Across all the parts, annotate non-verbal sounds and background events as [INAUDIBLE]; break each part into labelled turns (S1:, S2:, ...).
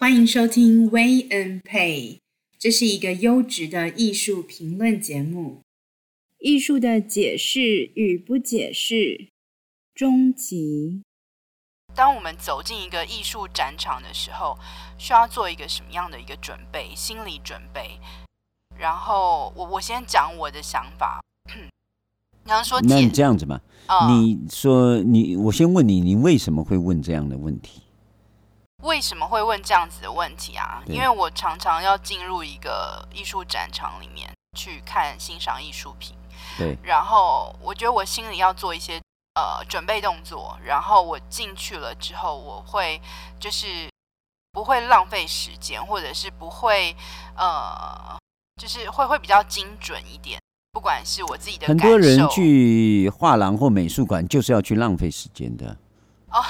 S1: 欢迎收听 Way and Pay，这是一个优质的艺术评论节目。
S2: 艺术的解释与不解释，终极。
S1: 当我们走进一个艺术展场的时候，需要做一个什么样的一个准备？心理准备。然后我我先讲我的想法。 [CLEARS THROAT] 你要说
S3: 那
S1: 解
S3: 你这样子吧，
S1: 啊、
S3: 你说你，我先问你，你为什么会问这样的问题？
S1: 为什么会问这样子的问题啊？
S3: 对
S1: 因为我常常要进入一个艺术展场里面去看欣赏艺术品，
S3: 对，
S1: 然后我觉得我心里要做一些呃准备动作，然后我进去了之后，我会就是不会浪费时间，或者是不会呃，就是会会比较精准一点，不管是我自己的
S3: 很
S1: 感
S3: 多人
S1: 受
S3: 去画廊或美术馆就是要去浪费时间的。
S1: 哦，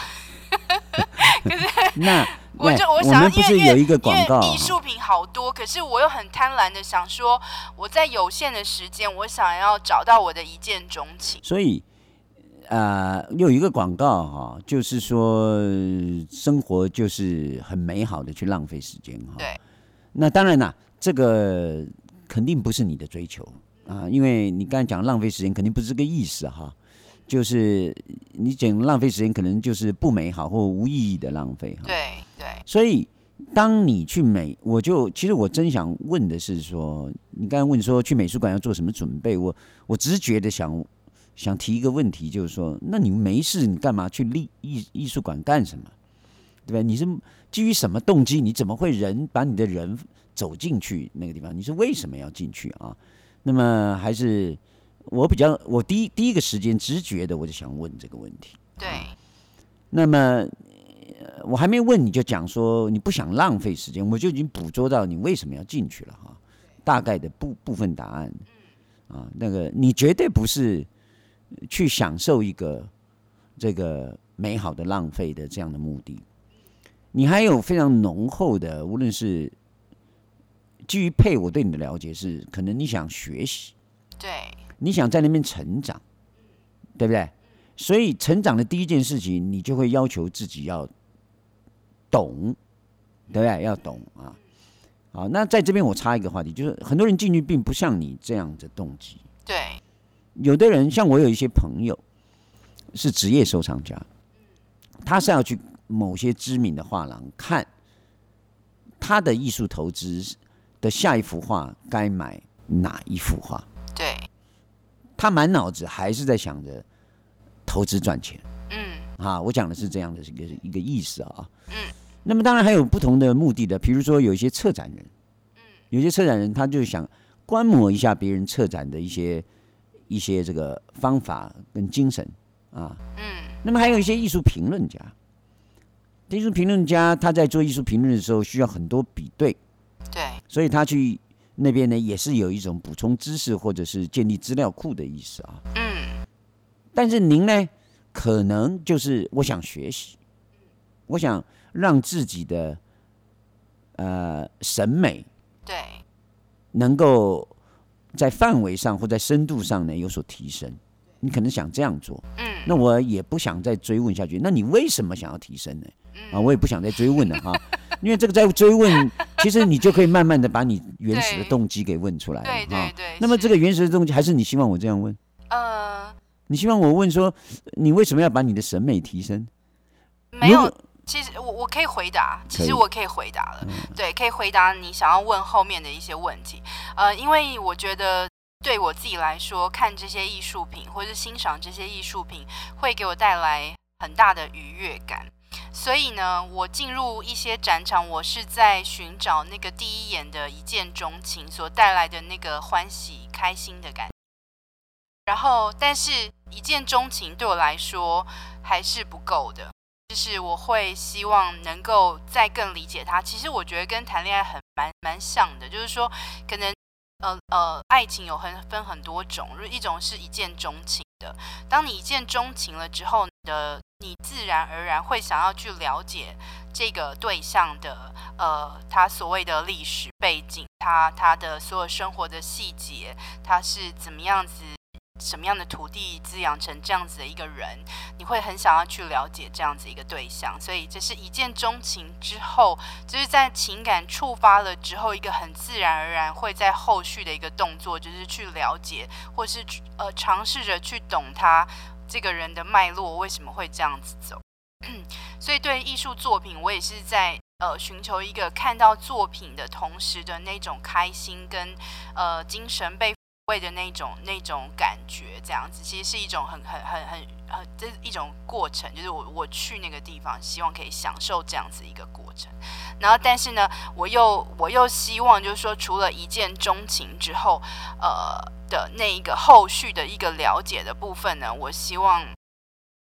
S1: [LAUGHS]
S3: 可是那
S1: 我
S3: 那
S1: 就我想要，
S3: 哎们不
S1: 因
S3: 是
S1: 为因为
S3: 有一个广告啊
S1: 因为艺术品好多，可是我又很贪婪的想说，我在有限的时间，我想要找到我的一见钟情。
S3: 所以，呃，有一个广告哈、就是说呃生活就是很美好的去浪费时间哈、
S1: 对。
S3: 那当然啦，这个肯定不是你的追求啊，因为你刚才讲浪费时间，肯定不是这个意思哈、就是你讲浪费时间，可能就是不美好或无意义的浪费哈、
S1: 对对，
S3: 所以，当你去美，我就其实我真想问的是说，你刚才问说去美术馆要做什么准备，我我直觉的想想提一个问题，就是说，那你没事你干嘛去艺艺艺术馆干什么？对吧？你是基于什么动机？你怎么会人把你的人走进去那个地方？你是为什么要进去啊？那么还是我比较，我第一第一个时间直觉的我就想问这个问题。
S1: 对
S3: 嗯那么呃我还没问你就讲说你不想浪费时间，我就已经捕捉到你为什么要进去了哈，大概的部部分答案啊，那个你绝对不是去享受一个这个美好的浪费的这样的目的，你还有非常浓厚的，无论是基于配我对你的了解是，可能你想学习，
S1: 对
S3: 你想在那边成长，对不对？所以成长的第一件事情，你就会要求自己要懂，对不对？要懂啊。好，那在这边我插一个话题，就是很多人进去并不像你这样的动机，
S1: 对
S3: 有的人像我有一些朋友是职业收藏家，他是要去某些知名的画廊看他的艺术投资的下一幅画该买哪一幅画。
S1: 对，
S3: 他满脑子还是在想着投资赚钱
S1: 嗯
S3: 啊。我讲的是这样的一个一个意思啊。
S1: 嗯。
S3: 那么当然还有不同的目的的，比如说有一些策展人，有些策展人他就想观摩一下别人策展的一些一些这个方法跟精神啊。
S1: 嗯
S3: 那么还有一些艺术评论家，艺术评论家他在做艺术评论的时候需要很多比对，
S1: 对
S3: 所以他去那边呢也是有一种补充知识或者是建立资料库的意思啊。
S1: 嗯
S3: 但是您呢，可能就是我想学习，我想让自己的呃审美
S1: 对
S3: 能够在范围上或在深度上呢有所提升。你可能想这样做，
S1: 嗯
S3: 那我也不想再追问下去。那你为什么想要提升呢？啊，
S1: 嗯
S3: 我也不想再追问
S1: [LAUGHS]
S3: 了哈，因为这个在追问，其实你就可以慢慢的把你原始的
S1: 对
S3: 动机给问出来
S1: 对
S3: 了
S1: 对
S3: 哈。
S1: 对。
S3: 啊那么
S1: 是
S3: 这个原始的动机，还是你希望我这样问？
S1: 呃
S3: 你希望我问说，你为什么要把你的审美提升？
S1: 没有
S3: 如果，
S1: 其实我我可以回答，其
S3: 可以嗯
S1: 实我可以回答了，对，可以回答你想要问后面的一些问题。呃，因为我觉得对我自己来说，看这些艺术品或是欣赏这些艺术品，会给我带来很大的愉悦感。所以呢，我进入一些展场，我是在寻找那个第一眼的一见钟情所带来的那个欢喜、开心的感觉。然后，但是一见钟情对我来说还是不够的，就是我会希望能够再更理解他。其实我觉得跟谈恋爱很蛮蛮像的，就是说可能呃呃，爱情有很分很多种，一种是一见钟情的，当你一见钟情了之后，你的你自然而然会想要去了解这个对象的呃他所谓的历史背景，他他的所有生活的细节，他是怎么样子。什么样的土地滋养成这样子的一个人，你会很想要去了解这样子一个对象，所以这是一见钟情之后，就是在情感触发了之后，一个很自然而然会在后续的一个动作，就是去了解或是呃尝试着去懂他这个人的脉络为什么会这样子走。 [COUGHS] 所以对艺术作品，我也是在呃寻求一个看到作品的同时的那种开心跟呃精神被。味的那种那种感觉，这样子其实是一种很很很很很这一种过程，就是我我去那个地方，希望可以享受这样子一个过程。然后，但是呢，我又我又希望就是说，除了一见钟情之后，呃的那一个后续的一个了解的部分呢，我希望。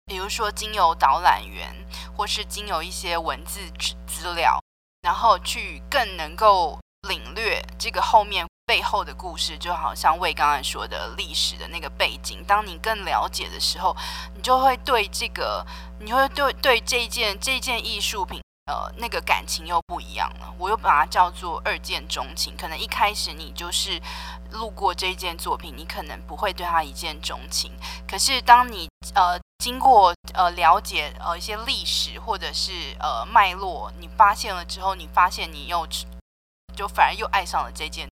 S1: 比如说，经由导览员，或是经由一些文字资资料，然后去更能够领略这个后面背后的故事，就好像魏刚才说的历史的那个背景。当你更了解的时候，你就会对这个，你会对对这一件这一件艺术品，呃，那个感情又不一样了。我又把它叫做二见钟情。可能一开始你就是路过这一件作品，你可能不会对它一见钟情，可是当你呃。经过呃了解呃一些历史或者是呃脉络，你发现了之后，你发现你又就反而又爱上了这件，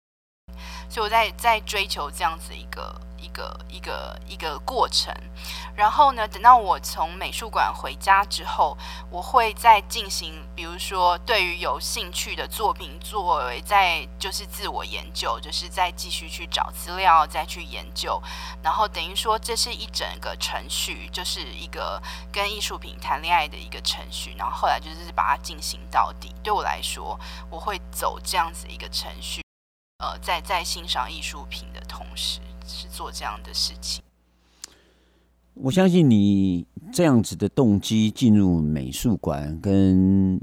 S1: 所以我在在追求这样子一个一个一个一个过程。然后呢，等到我从美术馆回家之后，我会再进行，比如说对于有兴趣的作品作为在就是自我研究，就是再继续去找资料，再去研究。然后等于说，这是一整个程序，就是一个跟艺术品谈恋爱的一个程序。然后后来就是把它进行到底。对我来说，我会走这样子一个程序，呃，在在欣赏艺术品的同时，是做这样的事情。
S3: 我相信你这样子的动机进入美术馆，跟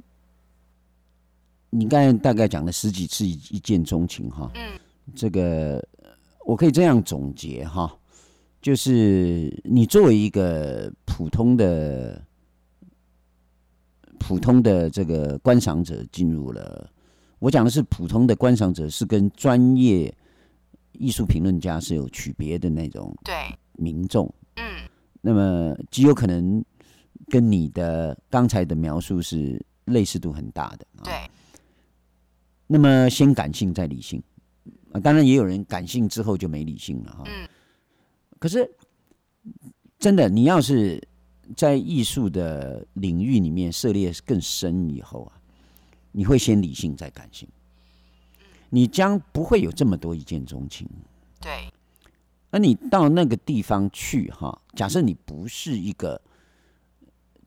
S3: 你刚才大概讲了十几次一一见钟情哈，
S1: 嗯，
S3: 这个我可以这样总结哈，就是你作为一个普通的、普通的这个观赏者进入了，我讲的是普通的观赏者是跟专业艺术评论家是有区别的那种
S1: 对，
S3: 民众。
S1: 嗯，
S3: 那么极有可能跟你的刚才的描述是类似度很大的。啊。
S1: 对，
S3: 那么先感性再理性，啊，当然也有人感性之后就没理性了哈。啊
S1: 嗯
S3: 可是真的，你要是在艺术的领域里面涉猎更深以后啊，你会先理性再感性，你将不会有这么多一见钟情。
S1: 对，
S3: 那你到那个地方去哈，假设你不是一个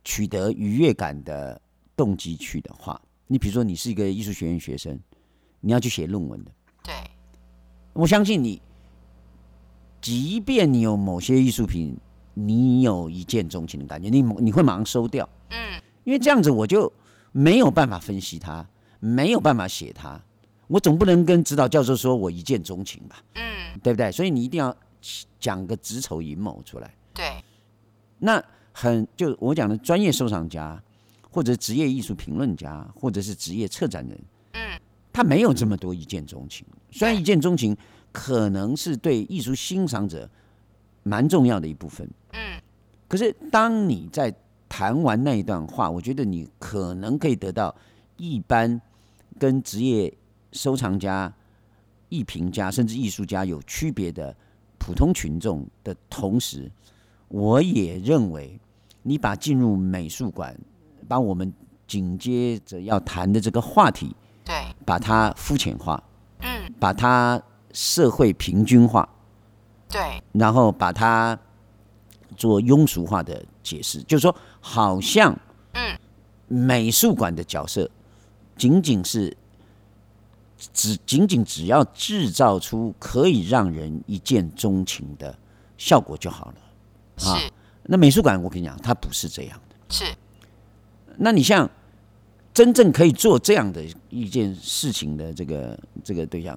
S3: 取得愉悦感的动机去的话，你比如说你是一个艺术学院学生，你要去写论文的，
S1: 对，
S3: 我相信你，即便你有某些艺术品，你有一见钟情的感觉，你你会马上收掉，
S1: 嗯，
S3: 因为这样子我就没有办法分析它，没有办法写它，我总不能跟指导教授说我一见钟情吧，
S1: 嗯，
S3: 对不对？所以你一定要讲个子丑寅卯出来。
S1: 对，
S3: 那很就我讲的专业收藏家，或者职业艺术评论家，或者是职业策展人，
S1: 嗯，
S3: 他没有这么多一见钟情。虽然一见钟情可能是对艺术欣赏者蛮重要的一部分，
S1: 嗯，
S3: 可是当你在谈完那一段话，我觉得你可能可以得到一般跟职业收藏家、艺评家甚至艺术家有区别的普通群众的同时，我也认为你把进入美术馆，把我们紧接着要谈的这个话题，
S1: 对，
S3: 把它肤浅化，
S1: 嗯，
S3: 把它社会平均化，
S1: 对，
S3: 然后把它做庸俗化的解释，就是说，好像
S1: 嗯
S3: 美术馆的角色仅仅是只仅仅只要制造出可以让人一见钟情的效果就好了。啊
S1: 是
S3: 那美术馆，我跟你讲，它不是这样的。
S1: 是，
S3: 那你像真正可以做这样的一件事情的这个这个对象，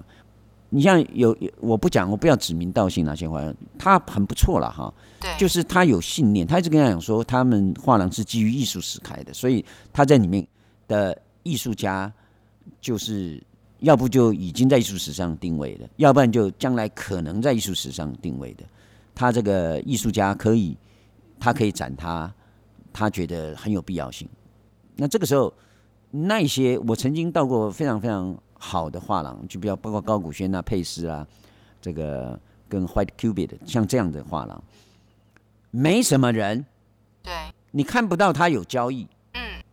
S3: 你像有有我不讲，我不要指名道姓那些画家，他很不错了哈。
S1: 对，
S3: 就是他有信念，他一直跟他讲说，他们画廊是基于艺术史开的，所以他在里面的艺术家就是要不就已经在艺术史上定位的，要不然就将来可能在艺术史上定位的。他这个艺术家可以，他可以展他，他觉得很有必要性。那这个时候，那一些我曾经到过非常非常好的画廊，就比较包括高古轩啊、佩斯啊，这个跟 White Cubit 像这样的画廊，没什么人，
S1: 对，
S3: 你看不到他有交易。
S1: 嗯，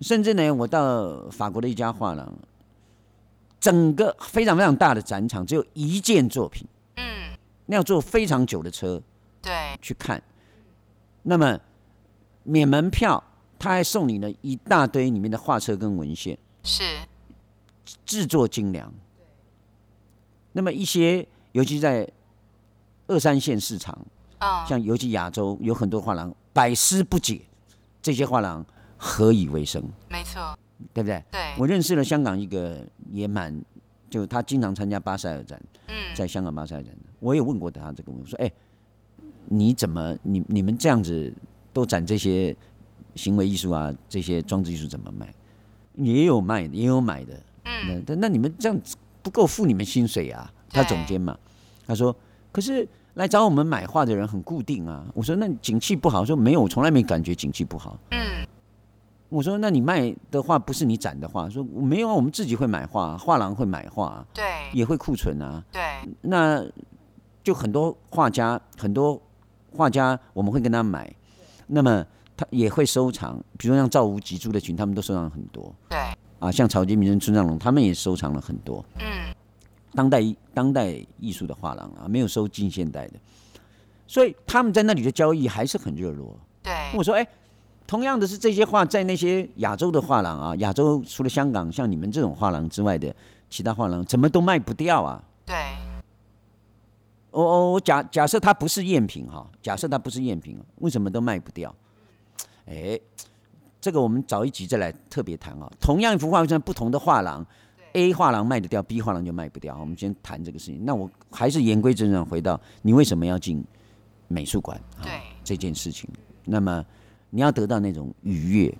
S3: 甚至呢，我到法国的一家画廊，整个非常非常大的展场只有一件作品，
S1: 嗯，
S3: 那要坐非常久的车
S1: 对，
S3: 去看。那么免门票，他还送你呢一大堆里面的画册跟文献，
S1: 是，
S3: 制作精良。那么一些，尤其在二三线市场，
S1: 嗯，
S3: 像尤其亚洲，有很多画廊百思不解，这些画廊何以为生，
S1: 没错，
S3: 对不对？
S1: 对，
S3: 我认识了香港一个也蛮，就他经常参加巴塞尔展，
S1: 嗯，
S3: 在香港巴塞尔展，我也问过他这个问题，说：“哎，你怎么你你们这样子都展这些行为艺术啊，这些装置艺术怎么卖？也有卖的，也有买的，
S1: 嗯，
S3: 那但那你们这样子不够付你们薪水啊？”他总监嘛，他说：“可是来找我们买画的人很固定啊。”我说：“那景气不好？”说：“没有，我从来没感觉景气不好。”
S1: 嗯，
S3: 我说：“那你卖的话，不是你展的画？”说：“我没有啊，我们自己会买画，画廊会买画，啊
S1: 对，
S3: 也会库存啊。
S1: 对，
S3: 那就很多画家，很多画家我们会跟他买，那么他也会收藏，比如说像赵无极、朱的群，他们都收藏很多
S1: 对，
S3: 啊。像曹杰明、村上龙，他们也收藏了很多
S1: 嗯，
S3: 当代当代艺术的画廊啊，没有收近现代的，所以他们在那里的交易还是很热络。”
S1: 对，
S3: 我说，哎，同样的是这些画在那些亚洲的画廊啊，亚洲除了香港像你们这种画廊之外的其他画廊，怎么都卖不掉啊？
S1: 对，
S3: 哦哦，我假假设它不是赝品哈、假设它不是赝品，为什么都卖不掉？哎，这个我们早一集再来特别谈啊。同样一幅画，为什么不同的画廊，A 画廊卖得掉，B 画廊就卖不掉？我们先谈这个事情。那我还是言归正传，回到你为什么要进美术馆？啊
S1: 对，，
S3: 这件事情。那么你要得到那种愉悦。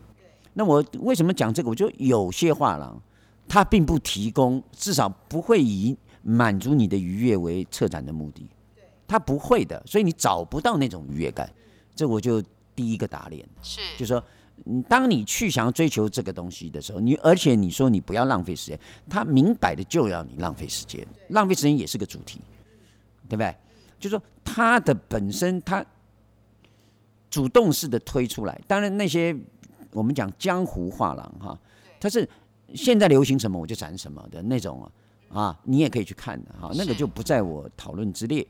S3: 那我为什么讲这个？我就有些画廊，它并不提供，至少不会以满足你的愉悦为策展的目的，它不会的，所以你找不到那种愉悦感。这我就第一个打脸，就是说，嗯当你去想要追求这个东西的时候，你而且你说你不要浪费时间，他明摆的就要你浪费时间，浪费时间也是个主题，对不对？就是说它的本身它主动式的推出来，当然那些我们讲江湖画廊哈，它是现在流行什么我就展什么的那种啊，啊，你也可以去看的哈，那个
S1: 是
S3: 就不在我讨论之列。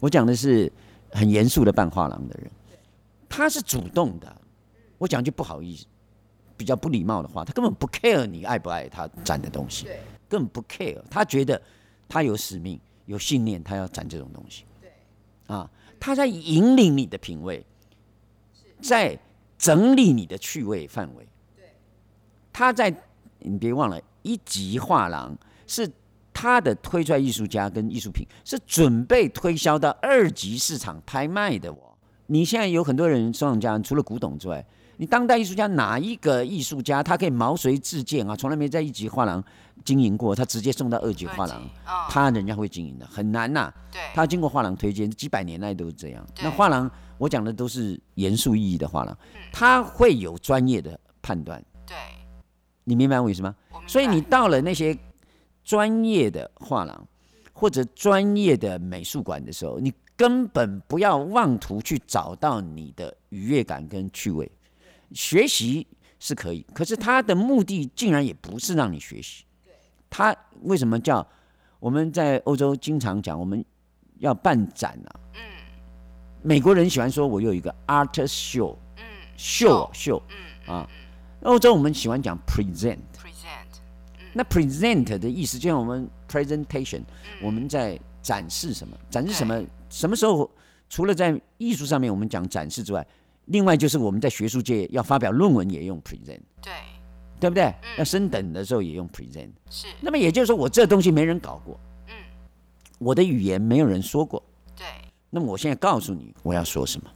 S3: 我讲的是很严肃的办画廊的人，他是主动的，我讲句不好意思。比较不礼貌的话，他根本不 care 你爱不爱他展的东西，根本不 care。他觉得他有使命、有信念，他要展这种东西。对，啊，他在引领你的品味，在整理你的趣味范围。他在你别忘了，一级画廊是他的推出来艺术家跟艺术品是准备推销到二级市场拍卖的。哦，你现在有很多人收藏家，除了古董之外。你当代艺术家哪一个艺术家，他可以毛遂自荐啊？从来没在一级画廊经营过，他直接送到二级画廊，
S1: 嗯，
S3: 他人家会经营的，很难呐、
S1: 对，
S3: 他经过画廊推荐，几百年来都是这样。
S1: 对嗯
S3: 那画廊，我讲的都是严肃意义的画廊，他会有专业的判断，
S1: 对，
S3: 你明白我意思吗？
S1: 我明白
S3: 所以你到了那些专业的画廊或者专业的美术馆的时候，你根本不要妄图去找到你的愉悦感跟趣味。学习是可以，可是他的目的竟然也不是让你学习。他为什么叫我们在欧洲经常讲我们要办展啊？
S1: 嗯
S3: 美国人喜欢说我有一个 art show
S1: 嗯
S3: show show
S1: 嗯
S3: 啊，欧洲我们喜欢讲 present。
S1: present，
S3: 那 present 的意思，就像我们 presentation，、我们在展示什么？展示什么？什么时候？除了在艺术上面我们讲展示之外，另外就是我们在学术界要发表论文也用 present，
S1: 对，
S3: 对不对？要升等的时候也用 present。
S1: 是，
S3: 那么也就是说，我这东西没人搞过，
S1: 嗯，
S3: 我的语言没有人说过。
S1: 对，
S3: 那么我现在告诉你我要说什么。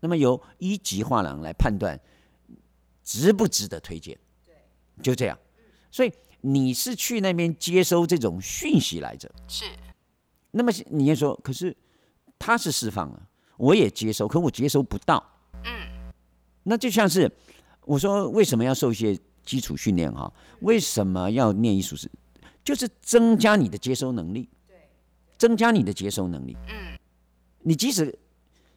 S3: 那么由一级画廊来判断值不值得推荐，就这样。所以你是去那边接收这种讯息来着。
S1: 是，
S3: 那么你也说，可是他是释放了，我也接收，可我接收不到。
S1: 嗯
S3: 那就像是我说，为什么要受一些基础训练哈？为什么要念艺术史？就是增加你的接收能力，增加你的接收能力。
S1: 嗯
S3: 你即使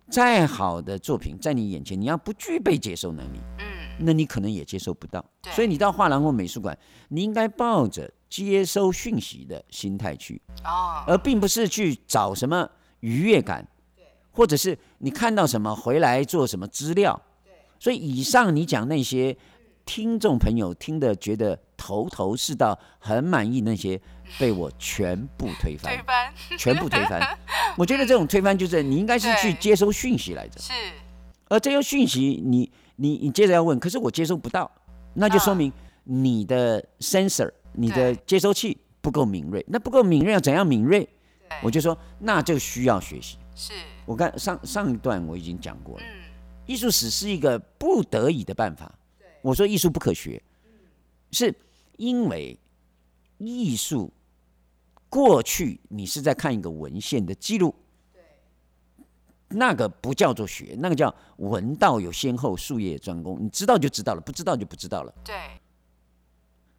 S3: 再好的作品在你眼前，你要不具备接收能力，
S1: 嗯，
S3: 那你可能也接收不到。
S1: 对
S3: 所以你到画廊或美术馆，你应该抱着接收讯息的心态去，
S1: 哦，
S3: 而并不是去找什么愉悦感，或者是你看到什么回来做什么资料。所以以上你讲那些听众朋友听的觉得头头是道，很满意那些，被我全部推翻
S1: 推， [LAUGHS] 翻
S3: 全部推翻。我觉得这种推翻就是你应该是去
S1: 对
S3: 接收讯息来着。
S1: 是
S3: 而这些讯息你，你你接着要问，可是我接收不到，那就说明你的 sensor、你的
S1: 对
S3: 接收器不够敏锐。那不够敏锐要怎样敏锐？
S1: 哎
S3: 我就说那就需要学习。
S1: 是，
S3: 我刚上上一段我已经讲过了，
S1: 嗯
S3: 艺术史是一个不得已的办法。我说艺术不可学，是因为艺术过去你是在看一个文献的记录，那个不叫做学，那个叫文道有先后，术业有专攻。你知道就知道了，不知道就不知道了。
S1: 对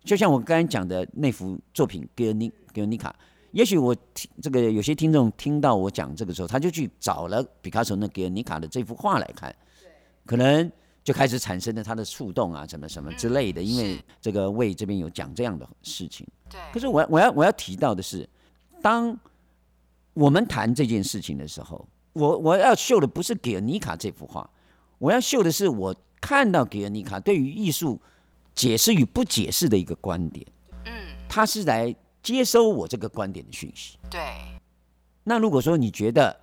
S3: 就像我刚才讲的那幅作品《格尼格尼卡》，也许我听这个有些听众听到我讲这个时候，他就去找了毕卡索那《格尼卡》的这幅画来看，可能就开始产生了他的触动啊，什么什么之类的。因为
S1: 是
S3: 这个魏这边有讲这样的事情。可
S1: 对
S3: 是我我要我要提到的是，当我们谈这件事情的时候，我我要秀的不是《给尔尼卡》这幅画，我要秀的是我看到《给尔尼卡》对于艺术解释与不解释的一个观点，
S1: 嗯
S3: 它是来接收我这个观点的讯息。
S1: 对
S3: 那如果说你觉得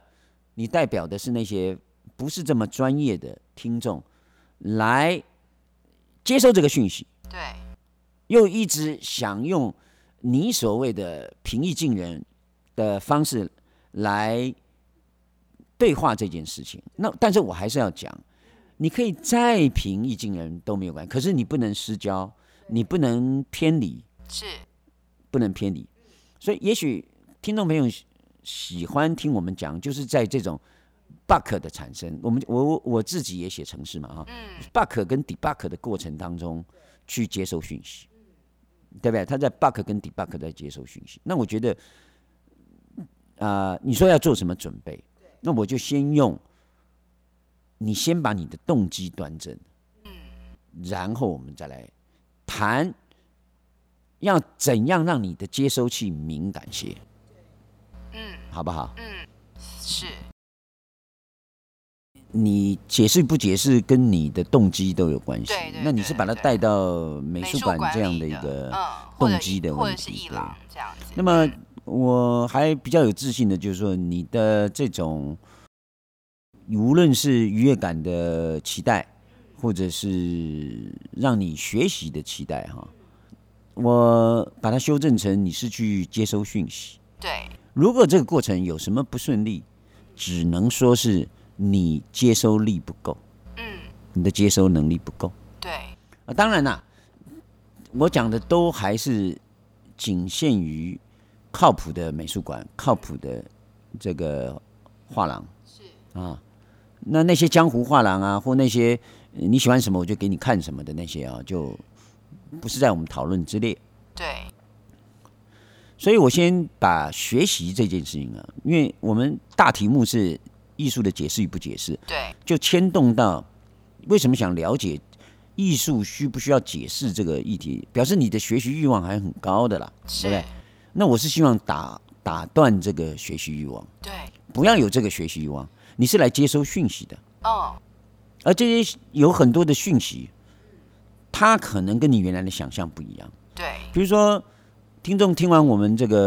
S3: 你代表的是那些不是这么专业的听众来接收这个讯息，
S1: 对
S3: 又一直想用你所谓的平易近人的方式来对话这件事情。那但是我还是要讲，你可以再平易近人都没有关系，可是你不能失焦，你不能偏离，
S1: 是，
S3: 不能偏离。所以也许听众朋友喜喜欢听我们讲，就是在这种 bug 的产生，我们我我我自己也写程式嘛哈、
S1: 嗯
S3: bug 跟 debug 的过程当中去接收讯息，对不对？他在 bug 跟 debug 在接收讯息。那我觉得，啊、你说要做什么准备？那我就先用，你先把你的动机端正，
S1: 嗯
S3: 然后我们再来谈，要怎样让你的接收器敏感些，
S1: 嗯
S3: 好不好？
S1: 嗯是，
S3: 你解释不解释跟你的动机都有关系
S1: 对对。
S3: 那你是把它
S1: 对对
S3: 带到美
S1: 美
S3: 术馆这样
S1: 里
S3: 的一
S1: 的
S3: 个。
S1: 嗯或者
S3: 动机的
S1: 或
S3: 问
S1: 者是
S3: 题
S1: 伊
S3: 对
S1: 朗这样子，嗯
S3: 那么我还比较有自信的，就是说你的这种，无论是愉悦感的期待，或者是让你学习的期待，哈，我把它修正成你是去接收讯息。
S1: 对
S3: 如果这个过程有什么不顺利，只能说是你接收力不够，
S1: 嗯
S3: 你的接收能力不够。
S1: 对
S3: 啊，当然啦，我讲的都还是仅限于靠谱的美术馆、靠谱的这个画廊啊。那那些江湖画廊啊，或那些呃你喜欢什么我就给你看什么的那些啊，就不是在我们讨论之列。
S1: 对
S3: 所以我先把学习这件事情啊，因为我们大题目是艺术的解释与不解释，
S1: 对
S3: 就牵动到为什么想了解艺术需不需要解释这个议题，表示你的学习欲望还很高的啦，对不
S1: 是
S3: 对，？那我是希望打打断这个学习欲望，
S1: 对
S3: 不要有这个学习欲望，你是来接收讯息的，
S1: 嗯
S3: 而这些有很多的讯息，它可能跟你原来的想象不一样。
S1: 对
S3: 比如说，听众听完我们这个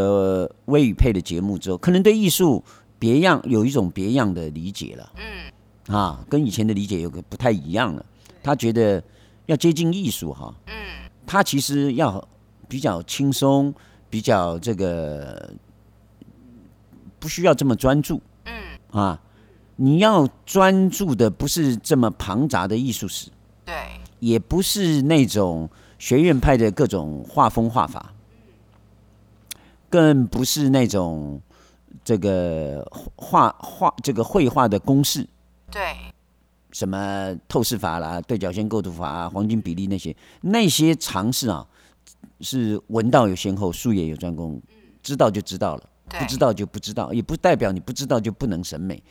S3: 呃微语配的节目之后，可能对艺术别样有一种别样的理解了。
S1: 嗯
S3: 啊，跟以前的理解有个不太一样了。他觉得要接近艺术哈，
S1: 嗯
S3: 他其实要比较轻松，比较这个不需要这么专注
S1: 嗯
S3: 啊。你要专注的不是这么庞杂的艺术史，
S1: 对
S3: 也不是那种学院派的各种画风画法，更不是那种这个画画这个绘画的公式，
S1: 对，
S3: 什么透视法啦、对角线构图法啊、黄金比例那些那些尝试啊，是文道有先后，术业有专攻，知道就知道了，
S1: 对
S3: 不知道就不知道，也不代表你不知道就不能审美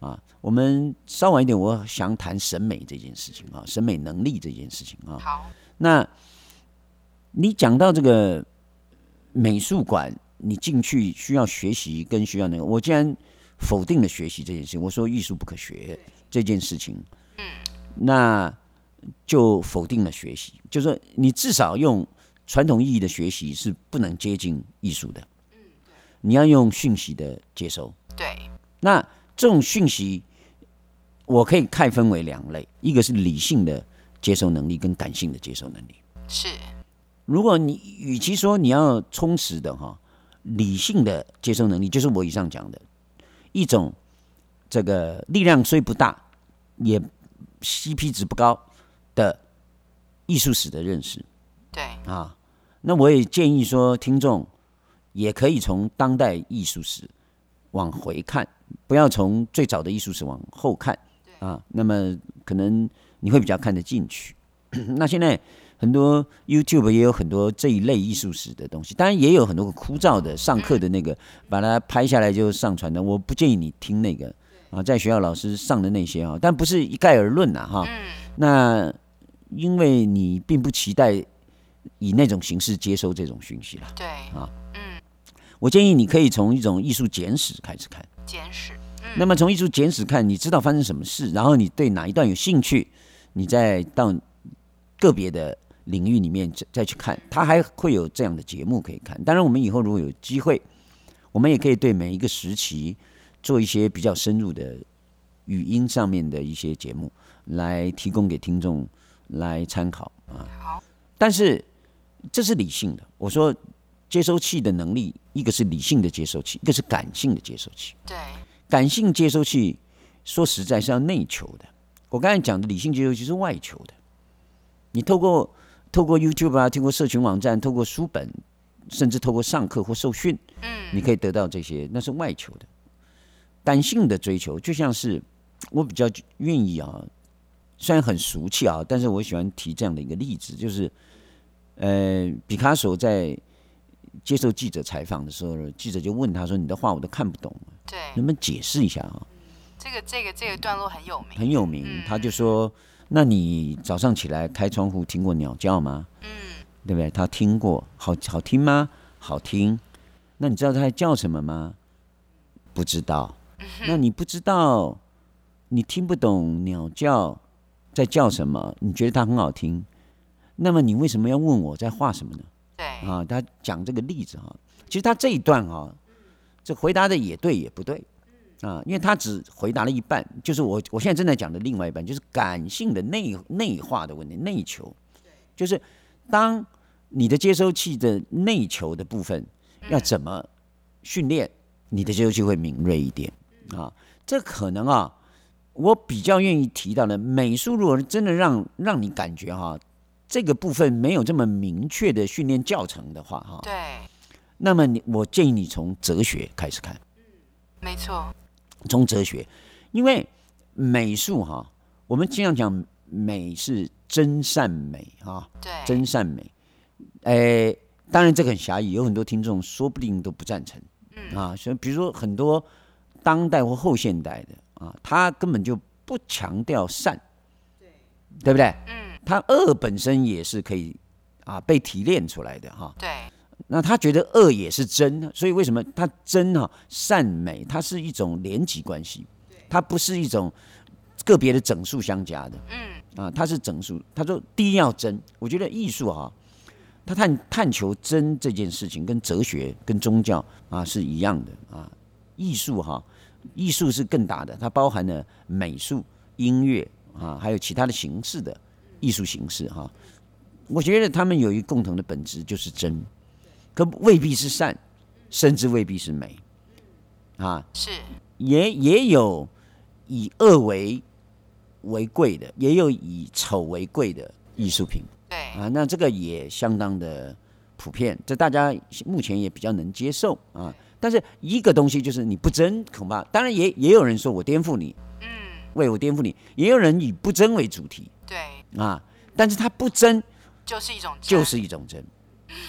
S3: 啊。我们稍晚一点，我想谈审美这件事情啊，审美能力这件事情啊。
S1: 好，
S3: 那你讲到这个美术馆，你进去需要学习跟需要那个，我竟然否定了学习这件事情，我说艺术不可学这件事情，嗯，那就否定了学习，就说你至少用传统意义的学习是不能接近艺术的，你要用讯息的接收，
S1: 对，
S3: 那这种讯息，我可以概分为两类，一个是理性的接受能力跟感性的接受能力。
S1: 是，
S3: 如果你与其说你要充实的哈，理性的接受能力，就是我以上讲的一种，这个力量虽不大，也 CP 值不高的艺术史的认识。
S1: 对，
S3: 啊，那我也建议说，听众也可以从当代艺术史往回看，不要从最早的艺术史往后看啊。那么可能你会比较看得进去。 [COUGHS] 那现在很多 YouTube 也有很多这一类艺术史的东西，当然也有很多个枯燥的上课的那个，把它拍下来就上传的。我不建议你听那个啊，在学校老师上的那些啊，但不是一概而论呐、啊哈。
S1: 嗯，
S3: 那因为你并不期待以那种形式接收这种讯息了。
S1: 对，
S3: 啊
S1: 嗯，
S3: 我建议你可以从一种艺术简史开始看。
S1: 简史，
S3: 那么从艺术简史看，你知道发生什么事，然后你对哪一段有兴趣，你再到个别的领域里面再再去看，它还会有这样的节目可以看。当然，我们以后如果有机会，我们也可以对每一个时期做一些比较深入的语音上面的一些节目，来提供给听众来参考啊。
S1: 好，
S3: 但是这是理性的。我说，接收器的能力，一个是理性的接收器，一个是感性的接收器。
S1: 对，
S3: 感性接收器说实在是要内求的。我刚才讲的理性接收器是外求的，你透过透过 YouTube 啊，透过社群网站，透过书本，甚至透过上课或受训，
S1: 嗯，
S3: 你可以得到这些，那是外求的。感性的追求就像是我比较愿意啊，虽然很俗气啊，但是我喜欢提这样的一个例子，就是呃，毕卡索在接受记者采访的时候，记者就问他说：“你的画我都看不懂。”
S1: 对，
S3: 能不能解释一下啊？
S1: 这个这个这个段落很有名，
S3: 很有名，他就说：“那你早上起来开窗户听过鸟叫吗？
S1: 嗯，
S3: 对不对？他听过，好好听吗？好听。那你知道它在叫什么吗？不知道。那你不知道，你听不懂鸟叫在叫什么？你觉得它很好听，那么你为什么要问我在画什么呢？
S1: 对，
S3: 啊，他讲这个例子啊，其实他这一段啊，这回答的也对也不对啊，因为他只回答了一半，就是我我现在正在讲的另外一半，就是感性的内内化的问题，内求，就是当你的接收器的内求的部分要怎么训练，你的接收器会敏锐一点啊，这可能啊。我比较愿意提到的美术，如果真的让让你感觉哈、这个部分没有这么明确的训练教程的话，哈，
S1: 对，
S3: 那么你我建议你从哲学开始看，
S1: 没错，
S3: 从哲学，因为美术哈，我们经常讲美是真善美哈，
S1: 对，
S3: 真善美，哎，当然这个很狭义，有很多听众说不定都不赞成
S1: 嗯
S3: 啊，所以比如说很多当代或后现代的啊，他根本就不强调善，对不对？
S1: 嗯，
S3: 他恶本身也是可以啊被提炼出来的哈、
S1: 对，
S3: 那他觉得恶也是真，所以为什么他真哈、善美，它是一种连级关系，它不是一种个别的整数相加的
S1: 嗯，
S3: 啊，它是整数。他说第一要真，我觉得艺术哈、他探探求真这件事情跟哲学跟宗教啊是一样的啊，艺术哈、艺术是更大的，它包含了美术、音乐啊，还有其他的形式的艺术形式哈、我觉得他们有一个共同的本质，就是真，可未必是善，甚至未必是美啊。
S1: 是，
S3: 也也有以恶为为贵的，也有以丑为贵的艺术品
S1: 对，
S3: 啊。那这个也相当的普遍，这大家目前也比较能接受啊。但是一个东西就是你不争，恐怕当然也也有人说我颠覆你，
S1: 嗯，
S3: 为我颠覆你，也有人以不争为主题
S1: 对，
S3: 啊，但是他不争
S1: 就是一种真
S3: 就是一种争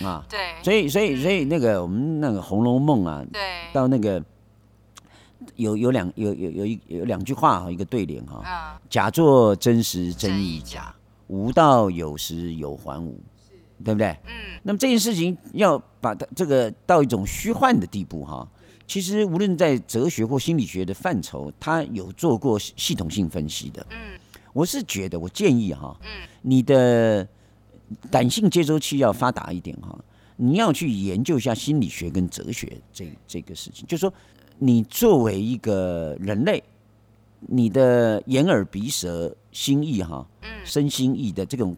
S3: 啊，
S1: 对，
S3: 所以所以所以那个我们那个《红楼梦》啊，
S1: 对，
S3: 到那个有有两有有有一有两句话哈，一个对联哈，
S1: 嗯，
S3: 假作真时真
S1: 真
S3: 亦
S1: 亦
S3: 假
S1: 假，
S3: 吾道有时有还无，对不对？
S1: 嗯，
S3: 那么这件事情要把它这个到一种虚幻的地步哈。其实无论在哲学或心理学的范畴，他有做过系系统性分析的。
S1: 嗯，
S3: 我是觉得，我建议哈，
S1: 嗯，
S3: 你的感性接收器要发达一点哈，你要去研究一下心理学跟哲学这这个事情，就是说，你作为一个人类，你的眼耳鼻舌心意哈，
S1: 嗯
S3: 身心意的这种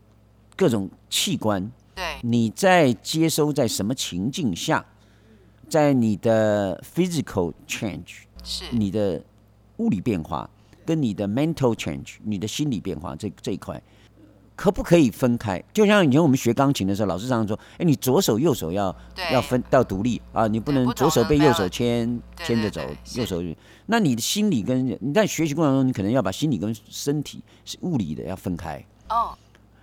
S3: 各种器官，
S1: 对，
S3: 你在接收在什么情境下，在你的 physical change，
S1: 是，
S3: 你的物理变化，跟你的 mental change，你的心理变化这这一块，可不可以分开？就像以前我们学钢琴的时候，老师常常说：“哎，你左手右手要
S1: 对，
S3: 要分到独立啊，你不
S1: 对
S3: 能
S1: 不
S3: 左
S1: 同
S3: 手
S1: 的
S3: 被右
S1: balance
S3: 手牵
S1: 对
S3: 牵着
S1: 对
S3: 走
S1: 对，是
S3: 右手那你的心理跟你在学习过程中，你可能要把心理跟身体是物理的要分开。
S1: 哦，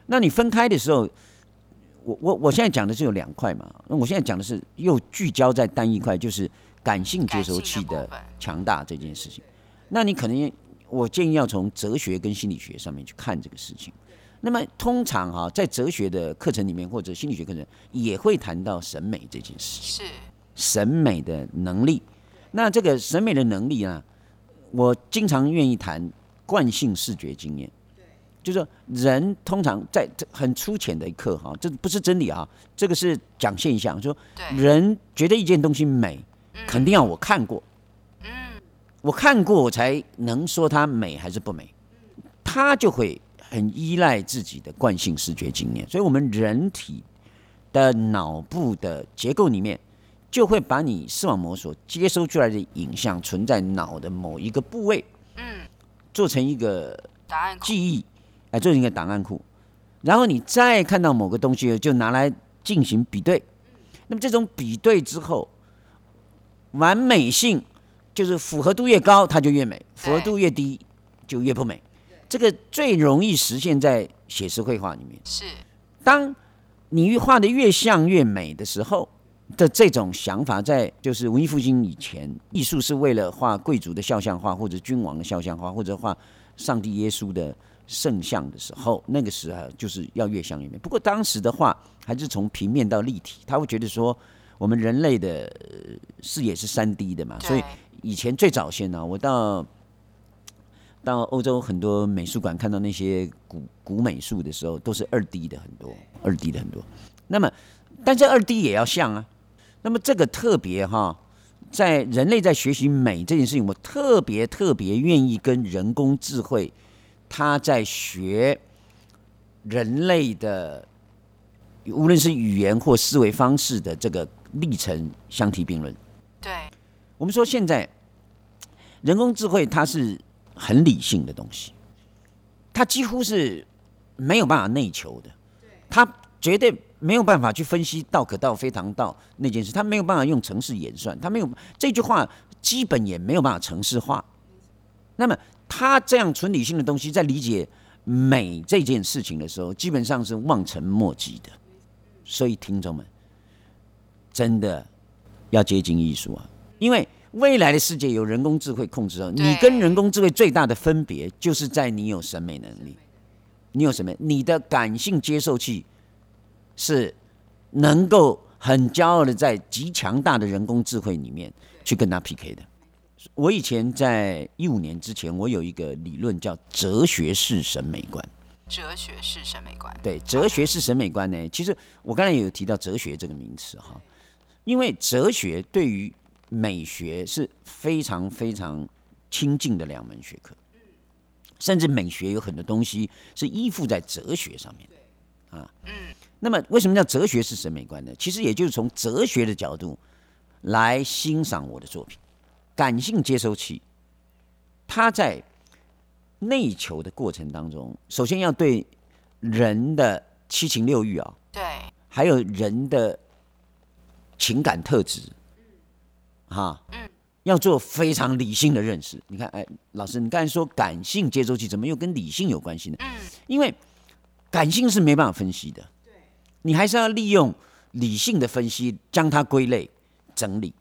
S3: 那你分开的时候，我我我现在讲的是有两块嘛，那我现在讲的是又聚焦在单一块，就是感性接
S1: 感
S3: 收
S1: 性
S3: 器
S1: 部
S3: 的
S1: 分，
S3: 强大这件事情。那你可能也我建议要从哲学跟心理学上面去看这个事情。那么通常哈、在哲学的课程里面或者心理学课程也会谈到审美这件事情。
S1: 是，
S3: 审美的能力。那这个审美的能力啊，我经常愿意谈惯性视觉经验。就是说人通常在这很粗浅的一刻哈，这不是真理啊，这个是讲现象。说
S1: 对，
S3: 人觉得一件东西美，
S1: 嗯
S3: 肯定要我看过，
S1: 嗯，
S3: 我看过我才能说它美还是不美。
S1: 嗯
S3: 他就会很依赖自己的惯性视觉经验，所以我们人体的脑部的结构里面，就会把你视网膜所接收出来的影像存在脑的某一个部位，
S1: 嗯，
S3: 做成一个
S1: 答案
S3: 记忆，哎、做成一个档案库，然后你再看到某个东西，就拿来进行比对。那么这种比对之后，完美性就是符合度越高，它就越美；符合度越低，就越不美。这个最容易实现在写实绘画里面。
S1: 是，
S3: 当你画的越像越美的时候的这种想法，在就是文艺复兴以前，艺术是为了画贵族的肖像画，或者君王的肖像画，或者画上帝耶稣的圣像的时候，那个时候就是要越像越美。不过当时的画还是从平面到立体，他会觉得说。我们人类的呃视野是三 D 的嘛，所以
S1: 对，
S3: 以前最早先啊呢、我到到欧洲很多美术馆看到那些古古美术的时候，都是二 D 的很多，二 D 的很多。那么，但是二 D 也要像啊。那么这个特别哈，在人类在学习美这件事情，我特别特别愿意跟人工智慧，它在学人类的，无论是语言或思维方式的这个历程相提并论。
S1: 对，
S3: 我们说现在人工智慧它是很理性的东西，它几乎是没有办法内求的，它绝对没有办法去分析道可道非常道那件事，它没有办法用程式演算，它没有这句话基本也没有办法程式化。那么它这样纯理性的东西在理解美这件事情的时候，基本上是望尘莫及的。所以听众们，真的要接近艺术啊！因为未来的世界有人工智慧控制后，
S1: 对
S3: 你跟人工智慧最大的分别就是在你有审美能力，你有什么？你的感性接受器是能够很骄傲的在极强大的人工智慧里面去跟他 PK 的。我以前在一五年之前，我有一个理论叫哲学式审美观。
S1: 哲学是审美观，
S3: 对，哲学是审美观呢。其实我刚才也有提到哲学这个名词哈，因为哲学对于美学是非常非常亲近的两门学科，甚至美学有很多东西是依附在哲学上面的啊。那么为什么叫哲学是审美观呢？其实也就是从哲学的角度来欣赏我的作品，感性接收器，它在内求的过程当中，首先要对人的七情六欲啊，
S1: 对，
S3: 还有人的情感特质，哈，
S1: 嗯，
S3: 要做非常理性的认识。你看，哎，老师，你刚才说感性接收器怎么又跟理性有关系呢？
S1: 嗯，
S3: 因为感性是没办法分析的，你还是要利用理性的分析将它归类整理。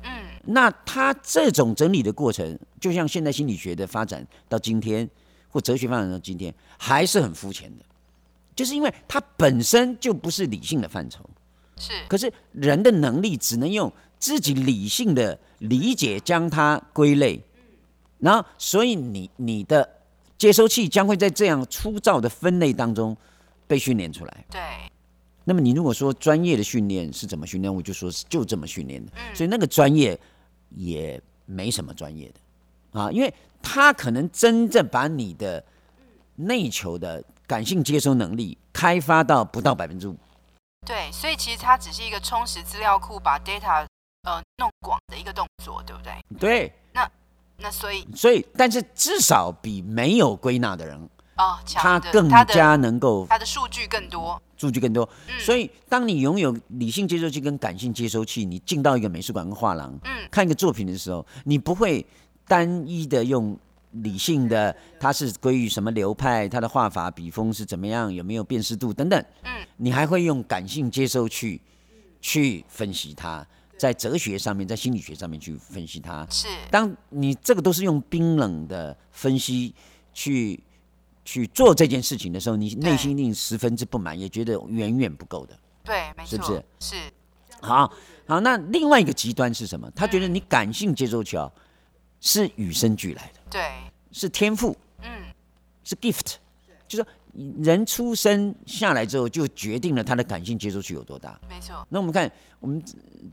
S1: 嗯，
S3: 那它这种整理的过程，就像现代心理学的发展到今天，或哲学发展到今天，还是很肤浅的，就是因为它本身就不是理性的范畴。
S1: 是，
S3: 可是人的能力只能用自己理性的理解将它归类，然后所以你你的接收器将会在这样粗糙的分类当中被训练出来。
S1: 对，
S3: 那么你如果说专业的训练是怎么训练，我就说是就这么训练的，
S1: 嗯
S3: 所以那个专业也没什么专业的啊，因为他可能真正把你的内求的感性接收能力开发到不
S1: 嗯
S3: 到百分之五。
S1: 对，所以其实它只是一个充实资料库，把 data 呃弄广的一个动作，对不对？
S3: 对，
S1: 那所以
S3: 所以，但是至少比没有归纳的人，
S1: 哦，强
S3: 他
S1: 的
S3: 更
S1: 它的
S3: 加能够
S1: 它的数据更多，
S3: 数据更多。
S1: 嗯
S3: 所以，当你拥有理性接收器跟感性接收器，你进到一个美术馆跟画廊
S1: 嗯，
S3: 看一个作品的时候，你不会单一的用理性的，它是归于什么流派，它的画法、笔锋是怎么样，有没有辨识度等等。
S1: 嗯，
S3: 你还会用感性接收器去分析它，在哲学上面，在心理学上面去分析它。
S1: 是，
S3: 当你这个都是用冰冷的分析去去做这件事情的时候，你内心一定十分之不满，也觉得远远不够的。
S1: 对，没
S3: 是
S1: 错，
S3: 不是
S1: 是
S3: 好，好，那另外一个极端是什么？他觉得你感性接收器哦，是与生俱来的，
S1: 对，
S3: 是天赋，
S1: 嗯，
S3: 是 gift，就是说人出生下来之后就决定了他的感性接收器有多大。
S1: 没错，
S3: 那我们看，我们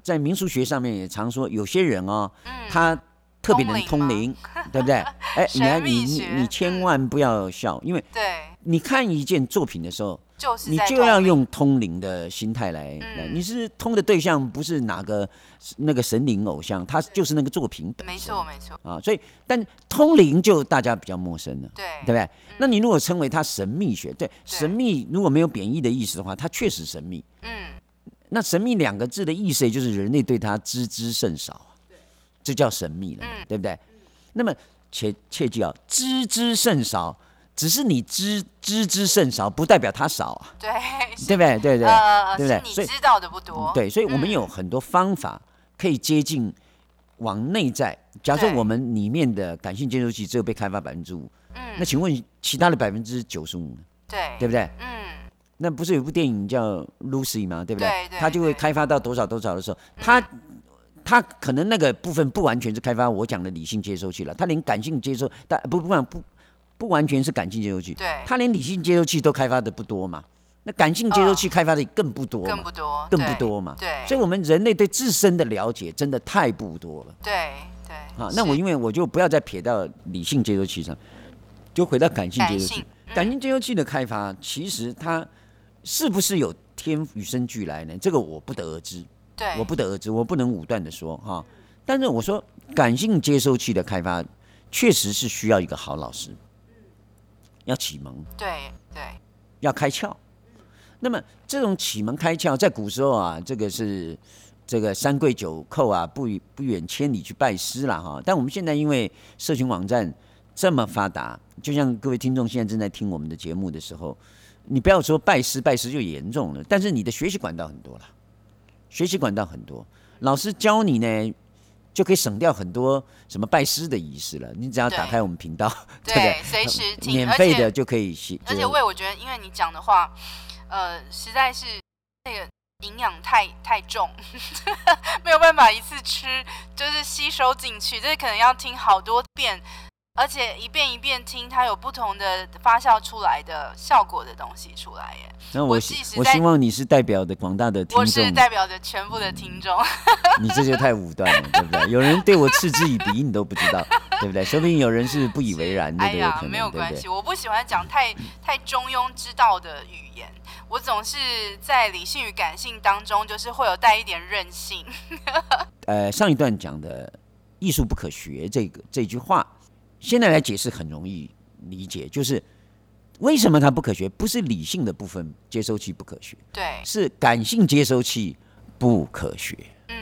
S3: 在民俗学上面也常说，有些人哦，
S1: 嗯，
S3: 他特别能
S1: 通
S3: 通
S1: 灵
S3: 灵，
S1: [LAUGHS]
S3: 对不对？哎，你要
S1: 神
S3: 你
S1: 秘
S3: 你
S1: 学
S3: 你千万不要笑，因为
S1: 对，
S3: 你看一件作品的时候，
S1: 就是
S3: 你
S1: 在嗯
S3: 就
S1: 通
S3: 要
S1: 灵
S3: 用通灵的心态来来，你是通的对象不是哪个那个神灵偶像，他就是那个作品本
S1: 没
S3: 身
S1: 错，没错，
S3: 啊。所以，但通灵就大家比较陌生了。
S1: 对，嗯
S3: 对不对？那你如果称为它神秘学，对神秘如果没有贬义的意思的话，它确实神秘。
S1: 嗯，
S3: 那神秘两个字的意思，也就是人类对它知之甚少啊，这叫神秘了嘛，
S1: 嗯
S3: 对不对？那么切切记啊，知之甚少，只是你知知之甚少，不代表它少啊，
S1: 对，是
S3: 对不对？对不对？
S1: 呃，嗯
S3: 对不
S1: 是
S3: 对
S1: 你
S3: 所以
S1: 知道的不多，
S3: 对，所以我们有很多方法可以接近往内在。假设
S1: 对
S3: 我们里面的感性接收器只有被开发百分之五，
S1: 嗯，
S3: 那请问其他的百分之九十五呢？
S1: 对，
S3: 对不对？
S1: 嗯，
S3: 那不是有一部电影叫《Lucy》吗？对不
S1: 对对
S3: 他就会
S1: 对嗯
S3: 开发到多少多少的时候，他他可能那个部分不完全是开发我讲的理性接收器了，他连感性接收，他不不管不不完全是感性接收器，
S1: 对，
S3: 他连理性接收器都开发的不多嘛，那感性接收器开发的更不
S1: 嗯
S3: 多
S1: 更
S3: 嘛，
S1: 不多，
S3: 更不
S1: 对，
S3: 多嘛，
S1: 对，
S3: 所以我们人类对自身的了解真的太不多了。
S1: 对对，
S3: 啊，那我
S1: 是
S3: 因为我就不要再撇到理性接收器上，就回到感性接
S1: 感
S3: 收器
S1: 性。，嗯
S3: 感性接收器的开发，其实它是不是有天与生俱来呢？这个我不得而知，
S1: 对，
S3: 我不得而知，我不能武断的说哈、但是我说，感性接收器的开发确实是需要一个好老师，要启蒙，
S1: 对对，
S3: 要开窍。那么这种启蒙开窍，在古时候啊，这个是这个三跪九叩啊，不远不远千里去拜师了哈。但我们现在因为社群网站这么发达，就像各位听众现在正在听我们的节目的时候，你不要说拜师拜师就严重了，但是你的学习管道很多了，学习管道很多，老师教你呢。就可以省掉很多什么拜师的仪式了。你只要打
S1: 对
S3: 开我们频道，
S1: 对
S3: [LAUGHS] 不
S1: 随时听
S3: 免
S1: 而
S3: 费
S1: 且
S3: 的就可以写。
S1: 而且
S3: 就
S1: 为我觉得，因为你讲的话，呃，实在是那个营养太太重， [LAUGHS] 没有办法一次吃，就是吸收进去，这可能要听好多遍，而且一遍一遍听，它有不同的发酵出来的效果的东西出来耶。
S3: 那
S1: 我
S3: 我
S1: 即
S3: 希
S1: 使
S3: 我
S1: 在
S3: 希望你是代表的广大的听
S1: 我
S3: 众
S1: 是，代表着全部的听众，
S3: 你这就太武断了，对不对？有人对我嗤之以鼻，你都不知道，对不对？说不定有人是不以为然的
S1: 哎
S3: 都有
S1: 呀，
S3: 可
S1: 没有
S3: 能，对
S1: 关
S3: 不
S1: 系，
S3: 对？
S1: 我不喜欢讲太太中庸之道的语言。我总是在理性与感性当中，就是会有带一点任性。
S3: 呃，上一段讲的“艺术不可学”这个这句话，现在来解释很容易理解，就是为什么它不可学？不是理性的部分接收器不可学，
S1: 对，
S3: 是感性接收器不可学。
S1: 嗯，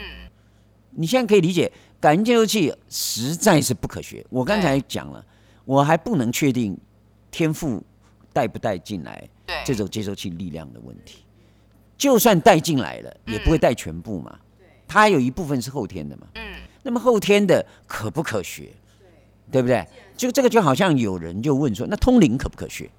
S3: 你现在可以理解，感应接收器实在是不可学。我刚才讲了，我还不能确定天赋带不带进来
S1: 对，
S3: 这种接收器力量的问题。就算带进来了，也不会带全部嘛。它有一部分是后天的嘛。
S1: 嗯，
S3: 那么后天的可不可学？对不对？就这个就好像有人就问说，那通灵可不可学？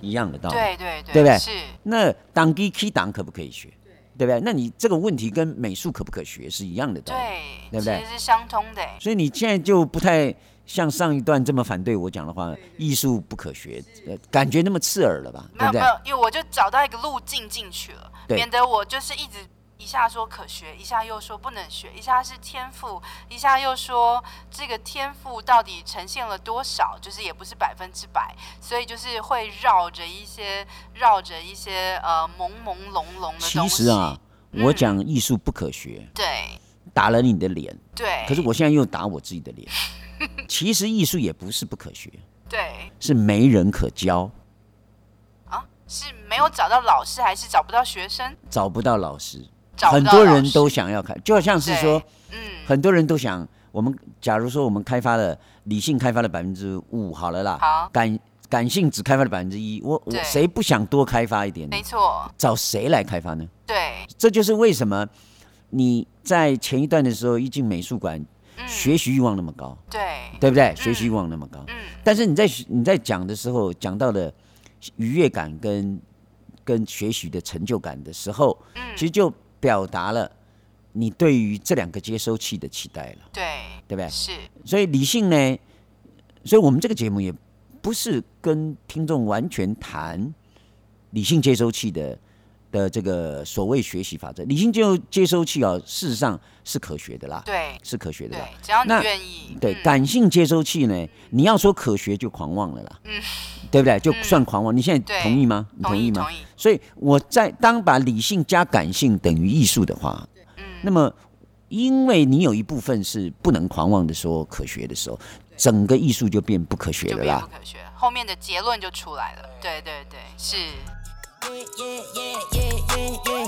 S3: 一样的道理。
S1: 对对对，
S3: 哦对不对
S1: 是，
S3: 那当 G K 档可不可以学？对不对？那你这个问题跟美术可不可学是一样的道理。
S1: 对，
S3: 对不对
S1: 其实是相通的欸，
S3: 所以你现在就不太像上一段这么反对我讲的话，艺术不可学，呃感觉那么刺耳了吧？
S1: 没
S3: 对
S1: 有没
S3: 不对？
S1: 有，因为我就找到一个路径进去了，
S3: 对
S1: 免得我就是一直一下说可学，一下又说不能学，一下是天赋，一下又说这个天赋到底呈现了多少，就是也不是百分之百，所以就是会绕着一些绕着一些呃朦朦胧胧的
S3: 其
S1: 东西。
S3: 实啊，
S1: 嗯
S3: 我讲艺术不可学，
S1: 对
S3: 打了你的脸，
S1: 对，
S3: 可是我现在又打我自己的脸。其实艺术也不是不可学，
S1: 对
S3: 是没人可教，
S1: 啊是没有找到老师，还是找不到学生？
S3: 找不到老师。
S1: 找不
S3: 很
S1: 到
S3: 多
S1: 老
S3: 人
S1: 师
S3: 都想要看，就好像是说，
S1: 对嗯
S3: 很多人都想，我们假如说我们开发了理性开发了百分之五好了啦，
S1: 好
S3: 感感性只开发了百分之一，我我
S1: 对
S3: 谁不想多开发一点呢
S1: 没？错，
S3: 找谁来开发呢？
S1: 对，
S3: 这就是为什么你在前一段的时候一进美术馆，
S1: 嗯
S3: 学习欲望那么高，
S1: 对
S3: 对不对？学习欲望那么高，
S1: 嗯
S3: 但是你在你在讲的时候讲到的愉悦感跟跟学习的成就感的时候，
S1: 嗯
S3: 其实就表达了你对于这两个接收器的期待了，
S1: 对
S3: 对不对？
S1: 是
S3: 所以理性呢，所以我们这个节目也不是跟听众完全谈理性接收器的的这个所谓学习法则。理性接收接收器啊、事实上是可学的啦，
S1: 对
S3: 是可学的啦。
S1: 对，只要你
S3: 那
S1: 愿意，
S3: 对，
S1: 嗯
S3: 感性接收器呢，你要说可学就狂妄了啦，
S1: 嗯
S3: 对不对？就算狂妄，你现
S1: 对
S3: 在同意吗？你
S1: 同
S3: 意
S1: 意
S3: 吗？
S1: 意，
S3: 所以我在当把理性加感性等于艺术的话，那么因为你有一部分是不能狂妄的说可学的时候，整个艺术就变不可学
S1: 就
S3: 了
S1: 变不
S3: 啦。
S1: 可学，后面的结论就出来了。对对对，是。
S4: Yeah, yeah, yeah, yeah, yeah, yeah.